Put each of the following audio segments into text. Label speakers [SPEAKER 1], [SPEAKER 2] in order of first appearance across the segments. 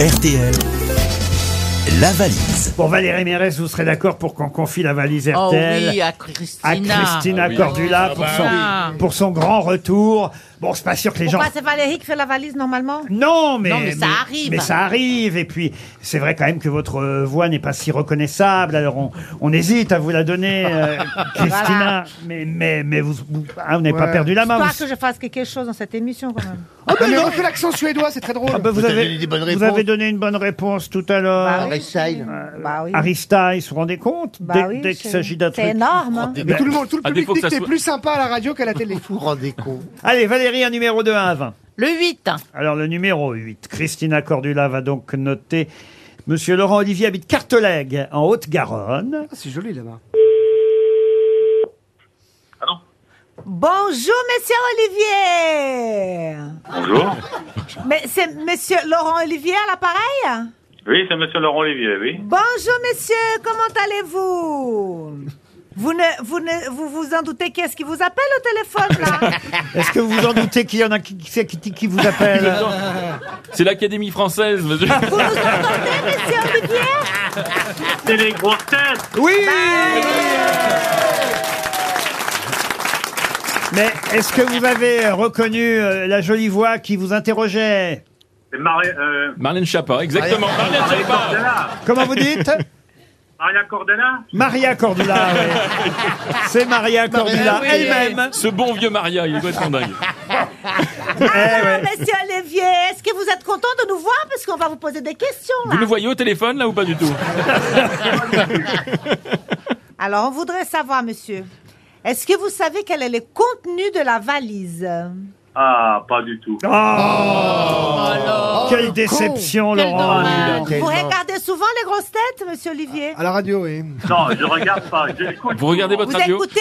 [SPEAKER 1] RTL, la valise.
[SPEAKER 2] Bon, Valérie Mérès, vous serez d'accord pour qu'on confie la valise
[SPEAKER 3] Oh
[SPEAKER 2] RTL
[SPEAKER 3] oui, à
[SPEAKER 2] à
[SPEAKER 3] Christina.
[SPEAKER 4] Ah
[SPEAKER 2] Christina Cordula pour, son,
[SPEAKER 3] bah
[SPEAKER 2] pour son grand retour. Bon, c'est pas sûr que les gens...
[SPEAKER 5] Pourquoi c'est Valérie qui fait la valise normalement
[SPEAKER 2] Non, mais,
[SPEAKER 3] Non, mais ça arrive.
[SPEAKER 2] mais ça arrive. Et puis, c'est vrai quand même que votre euh, voix n'est pas si reconnaissable. Alors, on, on hésite à vous la donner, euh, Christina.
[SPEAKER 5] Voilà.
[SPEAKER 2] Mais, mais, mais vous, vous- ah, vous n'avez pas perdu la main.
[SPEAKER 5] Pas
[SPEAKER 2] vous-
[SPEAKER 5] que je fasse quelque chose dans cette émission quand même.
[SPEAKER 6] Non, Ah, mais refais l'accent suédois, c'est très drôle.
[SPEAKER 2] Ah, bah, vous,
[SPEAKER 4] Vous avez
[SPEAKER 2] avez,
[SPEAKER 4] donné des bonnes
[SPEAKER 2] vous
[SPEAKER 4] réponses.
[SPEAKER 2] avez donné une bonne réponse tout à l'heure.
[SPEAKER 5] Bah oui. Bah oui.
[SPEAKER 2] Ah, Harry Styles, vous vous rendez compte
[SPEAKER 5] Bah
[SPEAKER 2] Dès,
[SPEAKER 5] oui,
[SPEAKER 2] dès qu'il
[SPEAKER 5] c'est-
[SPEAKER 2] s'agit d'un
[SPEAKER 5] C'est
[SPEAKER 2] truc. Oh,
[SPEAKER 5] énorme. hein.
[SPEAKER 6] Mais tout le monde, tout le
[SPEAKER 7] À
[SPEAKER 6] public
[SPEAKER 7] défaut
[SPEAKER 6] dit
[SPEAKER 7] que ça
[SPEAKER 6] que t'es
[SPEAKER 7] soit-
[SPEAKER 6] plus sympa à la radio qu'à la télé.
[SPEAKER 4] Vous rendez compte
[SPEAKER 2] Allez, Valérie, un numéro de 1 à 20.
[SPEAKER 3] Le hein. 8.
[SPEAKER 2] Alors le numéro 8, Christina Cordula va donc noter Monsieur Laurent Olivier habite Cartelègue, en Haute-Garonne.
[SPEAKER 6] Ah, c'est joli là-bas.
[SPEAKER 5] Bonjour Monsieur Olivier.
[SPEAKER 8] Bonjour.
[SPEAKER 5] Mais c'est Monsieur Laurent Olivier à l'appareil
[SPEAKER 8] Oui, c'est Monsieur Laurent Olivier, oui.
[SPEAKER 5] Bonjour Monsieur, comment allez-vous vous ne, vous ne, vous vous en doutez qu'est-ce qui vous appelle au téléphone là
[SPEAKER 2] Est-ce que vous vous en doutez qu'il y en a qui, qui, c'est qui, qui vous appelle
[SPEAKER 7] C'est l'Académie française, monsieur.
[SPEAKER 5] Vous nous entendez Monsieur Olivier
[SPEAKER 8] C'est les grosses têtes
[SPEAKER 2] Oui Mais est-ce que vous avez reconnu euh, la jolie voix qui vous interrogeait
[SPEAKER 8] C'est Maria, euh,
[SPEAKER 7] Marlène Chapa, exactement.
[SPEAKER 8] Ah,
[SPEAKER 7] Marlène Chapa.
[SPEAKER 8] Cordella.
[SPEAKER 2] Comment vous dites
[SPEAKER 8] Maria Cordella
[SPEAKER 2] Maria Cordula. oui. C'est Maria Cordula
[SPEAKER 3] oui.
[SPEAKER 2] elle-même.
[SPEAKER 7] Ce bon vieux Maria, il doit être en dingue.
[SPEAKER 8] Ah.
[SPEAKER 2] Eh ouais.
[SPEAKER 5] Alors, Monsieur Olivier, est-ce que vous êtes content de nous voir parce qu'on va vous poser des questions là
[SPEAKER 7] Vous le voyez au téléphone, là, ou pas du tout
[SPEAKER 5] Alors, on voudrait savoir, monsieur, est-ce que vous savez quel est le contenu de la valise
[SPEAKER 8] Ah, pas du tout.
[SPEAKER 3] Oh.
[SPEAKER 2] Oh. Quelle déception,
[SPEAKER 3] Quel
[SPEAKER 2] Laurent.
[SPEAKER 3] dommage.
[SPEAKER 5] Vous regardez souvent les grosses têtes, monsieur Olivier
[SPEAKER 6] À la radio, oui.
[SPEAKER 8] Non, je regarde pas, j'écoute.
[SPEAKER 7] Vous regardez Ah, votre
[SPEAKER 5] Vous
[SPEAKER 7] radio
[SPEAKER 5] écoutez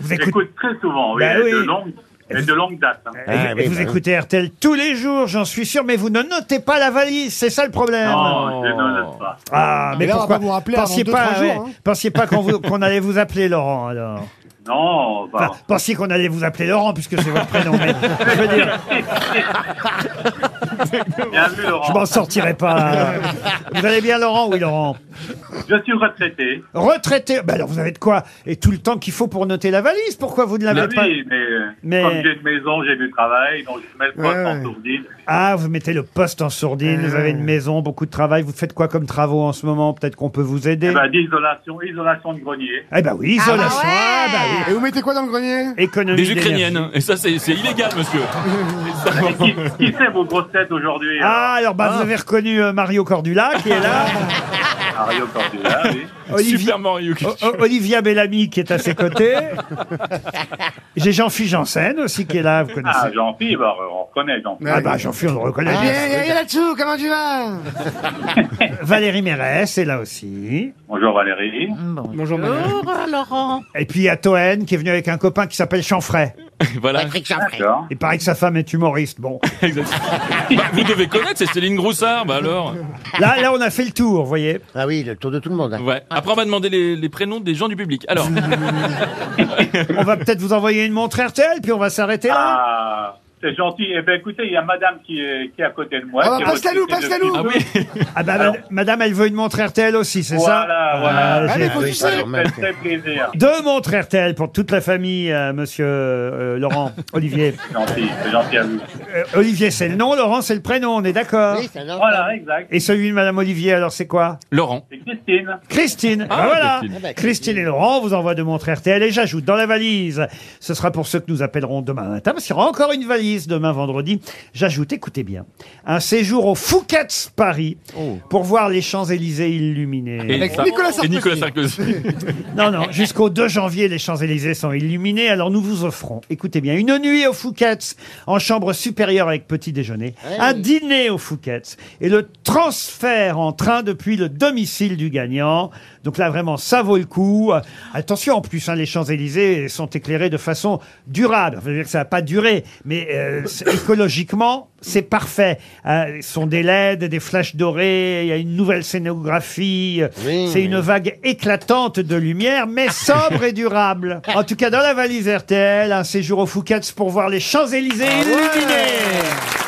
[SPEAKER 2] Vous écoutez
[SPEAKER 8] J'écoute très souvent, oui,
[SPEAKER 2] Bah
[SPEAKER 8] et
[SPEAKER 2] oui.
[SPEAKER 8] de longue, et de longue date. hein.
[SPEAKER 2] Et- et vous écoutez RTL tous les jours, j'en suis sûr, mais vous ne notez pas la valise, c'est ça le problème.
[SPEAKER 8] Non, je ne note pas.
[SPEAKER 2] Ah, mais
[SPEAKER 6] Mais là, on
[SPEAKER 2] pourquoi
[SPEAKER 6] va vous rappeler avant
[SPEAKER 2] Pensiez
[SPEAKER 6] deux,
[SPEAKER 2] pas,
[SPEAKER 6] trois
[SPEAKER 2] ouais,
[SPEAKER 6] jours, hein.
[SPEAKER 2] pensiez pas qu'on vous- qu'on allait vous appeler Laurent alors.
[SPEAKER 8] Non,
[SPEAKER 2] Enfin,
[SPEAKER 8] bah,
[SPEAKER 2] pensiez qu'on allait vous appeler Laurent puisque c'est votre prénom. mais je veux dire,
[SPEAKER 8] bien vu
[SPEAKER 2] je
[SPEAKER 8] Laurent.
[SPEAKER 2] m'en sortirai pas. Vous allez bien Laurent Oui Laurent.
[SPEAKER 8] Je suis retraité.
[SPEAKER 2] Retraité. Bah alors vous avez de quoi et tout le temps qu'il faut pour noter la valise. Pourquoi vous ne
[SPEAKER 8] Bah
[SPEAKER 2] l'avez Ah, pas
[SPEAKER 8] oui, mais, euh,
[SPEAKER 2] Mais-
[SPEAKER 8] comme j'ai une maison, j'ai du travail, donc je mets le poste
[SPEAKER 6] Ouais,
[SPEAKER 8] en
[SPEAKER 6] ouais.
[SPEAKER 8] sourdine.
[SPEAKER 2] Ah, vous mettez le poste en sourdine. Vous avez
[SPEAKER 6] Ah.
[SPEAKER 2] une maison, beaucoup de travail. Vous faites quoi comme travaux en ce moment Peut-être qu'on peut vous aider.
[SPEAKER 8] Eh ben, d'isolation, isolation de grenier.
[SPEAKER 2] Eh ben oui, isolation.
[SPEAKER 5] Ah ouais.
[SPEAKER 2] Ah bah oui.
[SPEAKER 6] Et vous mettez quoi dans le grenier
[SPEAKER 2] Économie
[SPEAKER 7] Des
[SPEAKER 2] d'énergie.
[SPEAKER 7] Ukrainiennes. Et ça, c'est c'est illégal, monsieur.
[SPEAKER 8] Et Qui, qui c'est vos grosses têtes aujourd'hui hein
[SPEAKER 2] Ah, alors bah, vous avez reconnu euh, Mario Cordula qui est là,
[SPEAKER 8] alors Mario Cordella, oui.
[SPEAKER 2] Olivier-
[SPEAKER 7] Super Mario.
[SPEAKER 8] Oh,
[SPEAKER 2] O- O- Olivia Bellamy qui est à ses côtés. J'ai Jean-Philippe Janssen aussi qui est là, vous
[SPEAKER 8] Ah,
[SPEAKER 2] connaissez.
[SPEAKER 8] Jean-Philippe, on reconnaît Jean-Philippe.
[SPEAKER 2] Ah bah Jean-Philippe, on le reconnaît.
[SPEAKER 6] Eh, eh, eh, là-dessous, comment tu vas
[SPEAKER 2] Valérie Mérès est là aussi.
[SPEAKER 8] Bonjour Valérie.
[SPEAKER 6] Bonjour,
[SPEAKER 3] Bonjour, Oh, Laurent.
[SPEAKER 2] Et puis il y a Toen qui est venu avec un copain qui s'appelle Chanfray.
[SPEAKER 7] Voilà.
[SPEAKER 3] Patrick Chanfray.
[SPEAKER 8] D'accord.
[SPEAKER 2] Il paraît que sa femme est humoriste. Bon,
[SPEAKER 7] Bah, vous devez connaître, c'est Céline Groussard. Bah alors.
[SPEAKER 2] là, là on a fait le tour, vous voyez.
[SPEAKER 4] Ah oui, le tour de tout le monde. hein.
[SPEAKER 7] Ouais. Après, on va demander les, les prénoms des gens du public. Alors,
[SPEAKER 2] On va peut-être vous envoyer une montre RTL puis on va s'arrêter là.
[SPEAKER 8] Ah, c'est gentil. Eh bien, écoutez, il y a madame qui est, qui est à côté de moi.
[SPEAKER 6] Ah bah,
[SPEAKER 8] qui est
[SPEAKER 6] passe-la nous,
[SPEAKER 8] retraitée
[SPEAKER 6] passe-la
[SPEAKER 8] depuis-
[SPEAKER 6] nous.
[SPEAKER 7] ah oui.
[SPEAKER 2] Ah bah mad- madame, elle veut une montre RTL aussi, c'est
[SPEAKER 8] Voilà,
[SPEAKER 2] ça
[SPEAKER 8] voilà.
[SPEAKER 2] Ah,
[SPEAKER 6] Allez,
[SPEAKER 2] j'ai-
[SPEAKER 6] faut
[SPEAKER 4] oui,
[SPEAKER 6] sucer.
[SPEAKER 4] alors,
[SPEAKER 8] Ça me fait très plaisir.
[SPEAKER 2] Deux montres RTL pour toute la famille, euh, monsieur euh, Laurent, Olivier.
[SPEAKER 8] C'est gentil, c'est gentil à vous.
[SPEAKER 2] Euh, Olivier, c'est le nom, Laurent, c'est le prénom, on est d'accord
[SPEAKER 4] Oui, ça va.
[SPEAKER 8] Voilà, exact.
[SPEAKER 2] Et celui de Madame Olivier, alors c'est quoi
[SPEAKER 7] Laurent.
[SPEAKER 8] C'est Christine.
[SPEAKER 2] Christine
[SPEAKER 7] Ah,
[SPEAKER 2] Ben voilà
[SPEAKER 7] Christine.
[SPEAKER 4] Ah bah,
[SPEAKER 2] Christine et Laurent vous envoient de montres RTL et j'ajoute dans la valise, ce sera pour ceux que nous appellerons demain matin, parce qu'il y aura encore une valise demain vendredi, j'ajoute, écoutez bien, un séjour au Fouquet's Paris pour voir les Champs-Élysées illuminés.
[SPEAKER 7] Oh. Et, ça-
[SPEAKER 6] Nicolas
[SPEAKER 7] et
[SPEAKER 6] Sarkozy.
[SPEAKER 7] Nicolas Sarkozy.
[SPEAKER 2] Non, non, jusqu'au 2 janvier, les Champs-Élysées sont illuminés. Alors nous vous offrons, écoutez bien, une nuit au Fouquet's en chambre supérieure avec petit déjeuner, un dîner au Fouquet's et le transfert en train depuis le domicile du gagnant. Donc là, vraiment, ça vaut le coup. Euh, Attention, en plus, hein, les Champs-Élysées sont éclairés de façon durable. Ça veut dire que ça n'a pas duré, mais euh, c'est- écologiquement, c'est parfait. Euh, ce sont des LED, des flashs dorés, il y a une nouvelle scénographie. euh,
[SPEAKER 4] Oui,
[SPEAKER 2] c'est une
[SPEAKER 4] oui.
[SPEAKER 2] vague éclatante de lumière, mais sobre et durable. En
[SPEAKER 4] Ah
[SPEAKER 2] tout cas, dans la valise RTL, un séjour au Fouquet's pour voir les Champs-Élysées illuminés.